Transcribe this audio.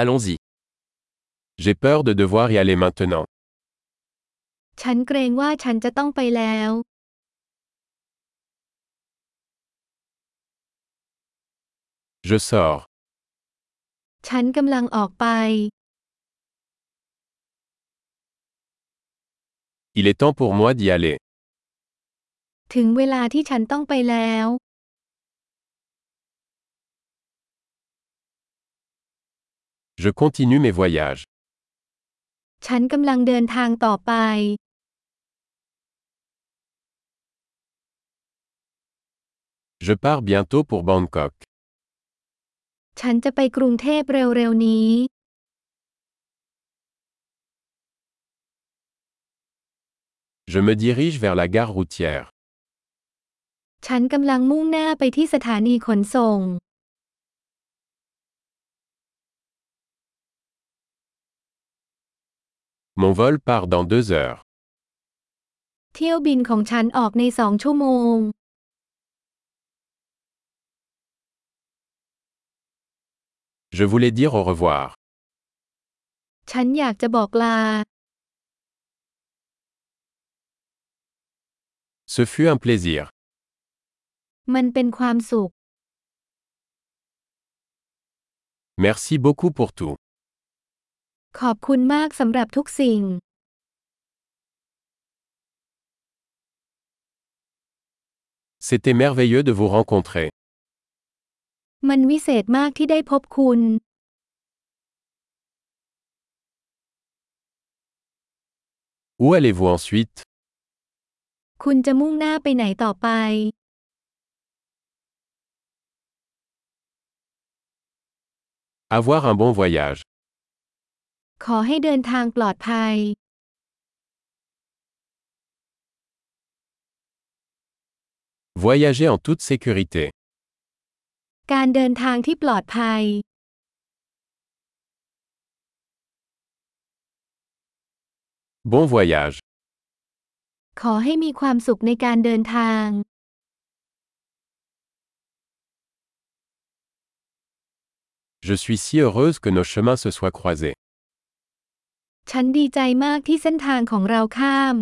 Allons-y. J'ai peur de devoir y aller maintenant. ฉันเกรงว่าฉันจะต้องไปแล้ว Je sors. ฉันกำลังออกไป Il est temps pour moi d'y aller. ถึงเวลาที่ฉันต้องไปแล้ว Je continue mes voyages. ฉันกำลังเดินทางต่อไป Je pars bientôt pour Bangkok. ฉันจะไปกรุงเทพเร็วๆนี้ Je me dirige vers la gare routière. ฉันกำลังมุ่งหน้าไปที่สถานีขนส่ง Mon vol part dans deux heures. เที่ยวบินของฉันออกในสองชั่วโมง Je voulais dire au revoir. ฉันอยากจะบอกลา Ce fut un plaisir. มันเป็นความสุข Merci beaucoup pour tout. ขอบคุณมากสำหรับทุกสิ่ง C'était merveilleux de vous rencontrer. มันวิเศษมากที่ได้พบคุณ Où allez-vous ensuite คุณจะมุ่งหน้าไปไหนต่อไป Avoir un bon voyage. ขอให้เดินทางปลอดภัย Voyager en toute sécurité. การเดินทางที่ปลอดภัย Bon voyage. ขอให้มีความสุขในการเดินทาง Je suis si heureuse que nos chemins se soient croisés. ฉันดีใจมากที่เส้นทางของเราข้าม